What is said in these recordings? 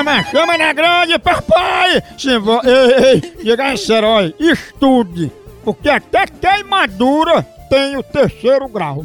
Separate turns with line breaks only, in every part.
uma chama na grande, papai! Se vo... Ei, ei, diga esse herói, estude, porque até queimadura tem o terceiro grau.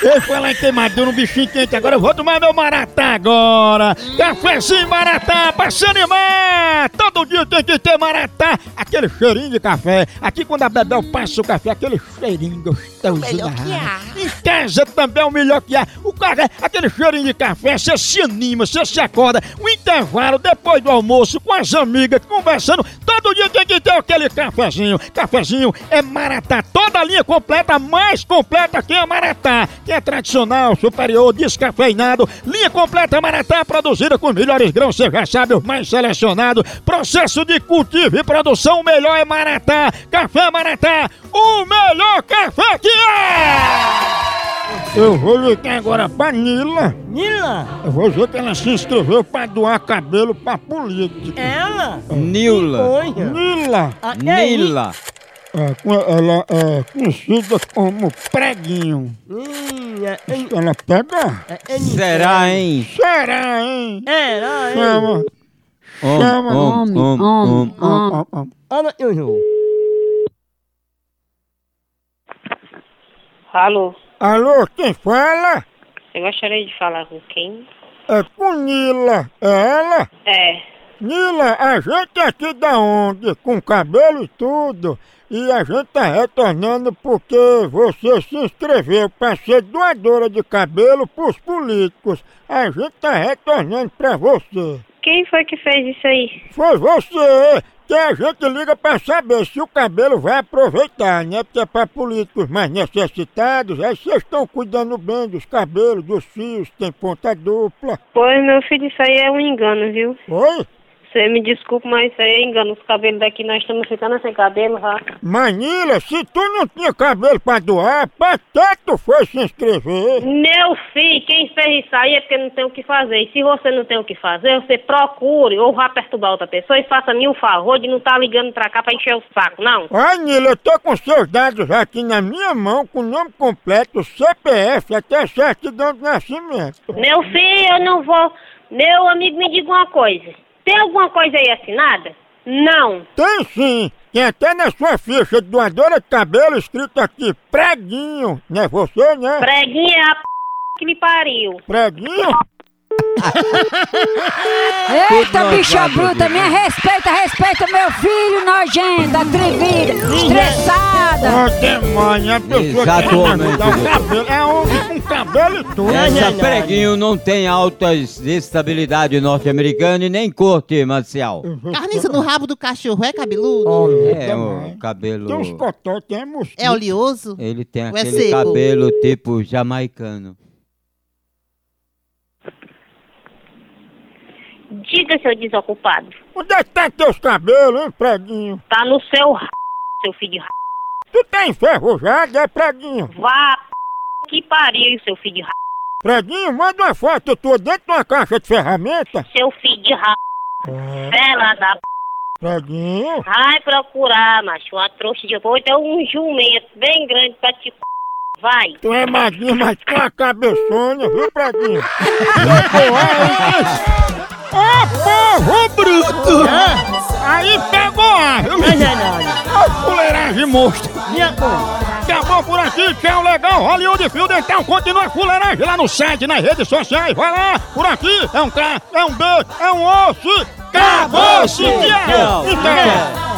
Eu fui lá em queimadura, um bichinho quente agora, eu vou tomar meu maratá agora! Cafézinho maratá, pra se animar! Todo dia tem que ter maratá! Aquele cheirinho de café, aqui quando a Bebel passa o café, aquele cheirinho gostoso
Melhor
da
que
área.
há.
Em casa também é o melhor que há. O café, aquele cheirinho de café, você se anima, você se acorda. O intervalo, depois do almoço, com as amigas, conversando. Todo dia tem que ter aquele cafezinho. Cafezinho é Maratá. Toda a linha completa, a mais completa que é Maratá. Que é tradicional, superior, descafeinado. Linha completa Maratá, produzida com os melhores grãos, você já sabe, os mais selecionados. Processo de cultivo e produção, o melhor é Maratá. Café Maratá, o melhor café que é! Eu vou ligar agora pra Nila.
Nila,
Eu vou ver que ela se inscreveu pra doar cabelo pra política.
É? ela,
Então,
Nila.
olha.
Nila,
Ah, que é isso?
Nila.
é, com- ela é conhecida como preguinho.
Hum, é,
Diz que Ela pega.
é, é, Nila.
Será, hein?
Será, hein?
Era, hein?
Chama. Ah,
Om,
Chama.
om, om, om.
Ó, ó, ó.
Ana, eu não.
Alô,
Alô, quem fala?
eu gostaria de falar com quem?
É com Nila. É ela?
É,
Nila, a gente aqui da onde? Com cabelo e tudo. E a gente tá retornando porque você se inscreveu pra ser doadora de cabelo pros políticos. A gente tá retornando pra você.
quem foi que fez isso aí?
Foi você que a gente liga pra saber se o cabelo vai aproveitar, né? Porque é pra políticos mais necessitados. Aí vocês estão cuidando bem dos cabelos, dos fios, tem ponta dupla.
Pois, meu filho, isso aí é um engano, viu?
Oi?
Você me desculpa, mas isso aí é engano. Os cabelos daqui nós estamos ficando sem cabelo, já.
Manila, se tu não tinha cabelo pra doar, pra que tu foi se inscrever?
Meu filho, quem fez isso aí é porque não tem o que fazer. E se você não tem o que fazer, você procure ou vá perturbar outra pessoa e faça-me um favor de não estar ligando pra cá pra encher o saco, não.
Ai, Nila, eu tô com seus dados aqui na minha mão, com o nome completo, CPF, até certidão de nascimento.
Meu filho, eu não vou... Meu amigo, me diga uma coisa. Tem alguma coisa aí assinada? Não.
Tem sim! Tem até na sua ficha de doadora de cabelo escrito aqui, preguinho! Não é você, né?
Preguinha é a p... que me pariu.
Preguinho?
Eita, bicha bruta, me respeita, respeita meu filho, nojenta, atrevida, estressada.
Ó, demônio, a pessoa
Exatamente,
que um
doutor.
cabelo. É homem com cabelo e tudo. né,
Essa
Nila.
preguinho não tem alta estabilidade norte-americana e nem corte marcial.
Carniça no rabo do cachorro é cabeludo?
É,
também.
o cabelo...
Tem uns cotó, tem mosquito.
É oleoso?
Ele tem
Ou é
aquele
seco?
cabelo tipo jamaicano.
Diga, seu desocupado.
Onde é que tá teus cabelos, hein, preguinho?
Tá no seu r... seu filho de r...
Tu tá enferrujado, é preguinho?
Vá p... que pariu, seu filho de r...
Preguinho, manda uma foto tua dentro de uma caixa de ferramenta.
Seu filho de r... Vela da p...
Preguinho,
Vai procurar, macho. Uma trouxa de... Ou então um jumento bem grande pra te... p***. Vai.
tu é magrinho, mas tu é uma cabeçona, viu, preguinho? Ô, povo bruto!
Ah,
Aí pegou a...
É, Nila.
Ô, fuleiragem monstro!
Minha coisa.
Acabou por aqui, tchau, legal, Hollywood Field, então continua fuleiragem lá no site, nas redes sociais, vai lá, por aqui, é um K, é um B, é um osso, acabou-se,
Tchau,
tchau!
tchau.
Então,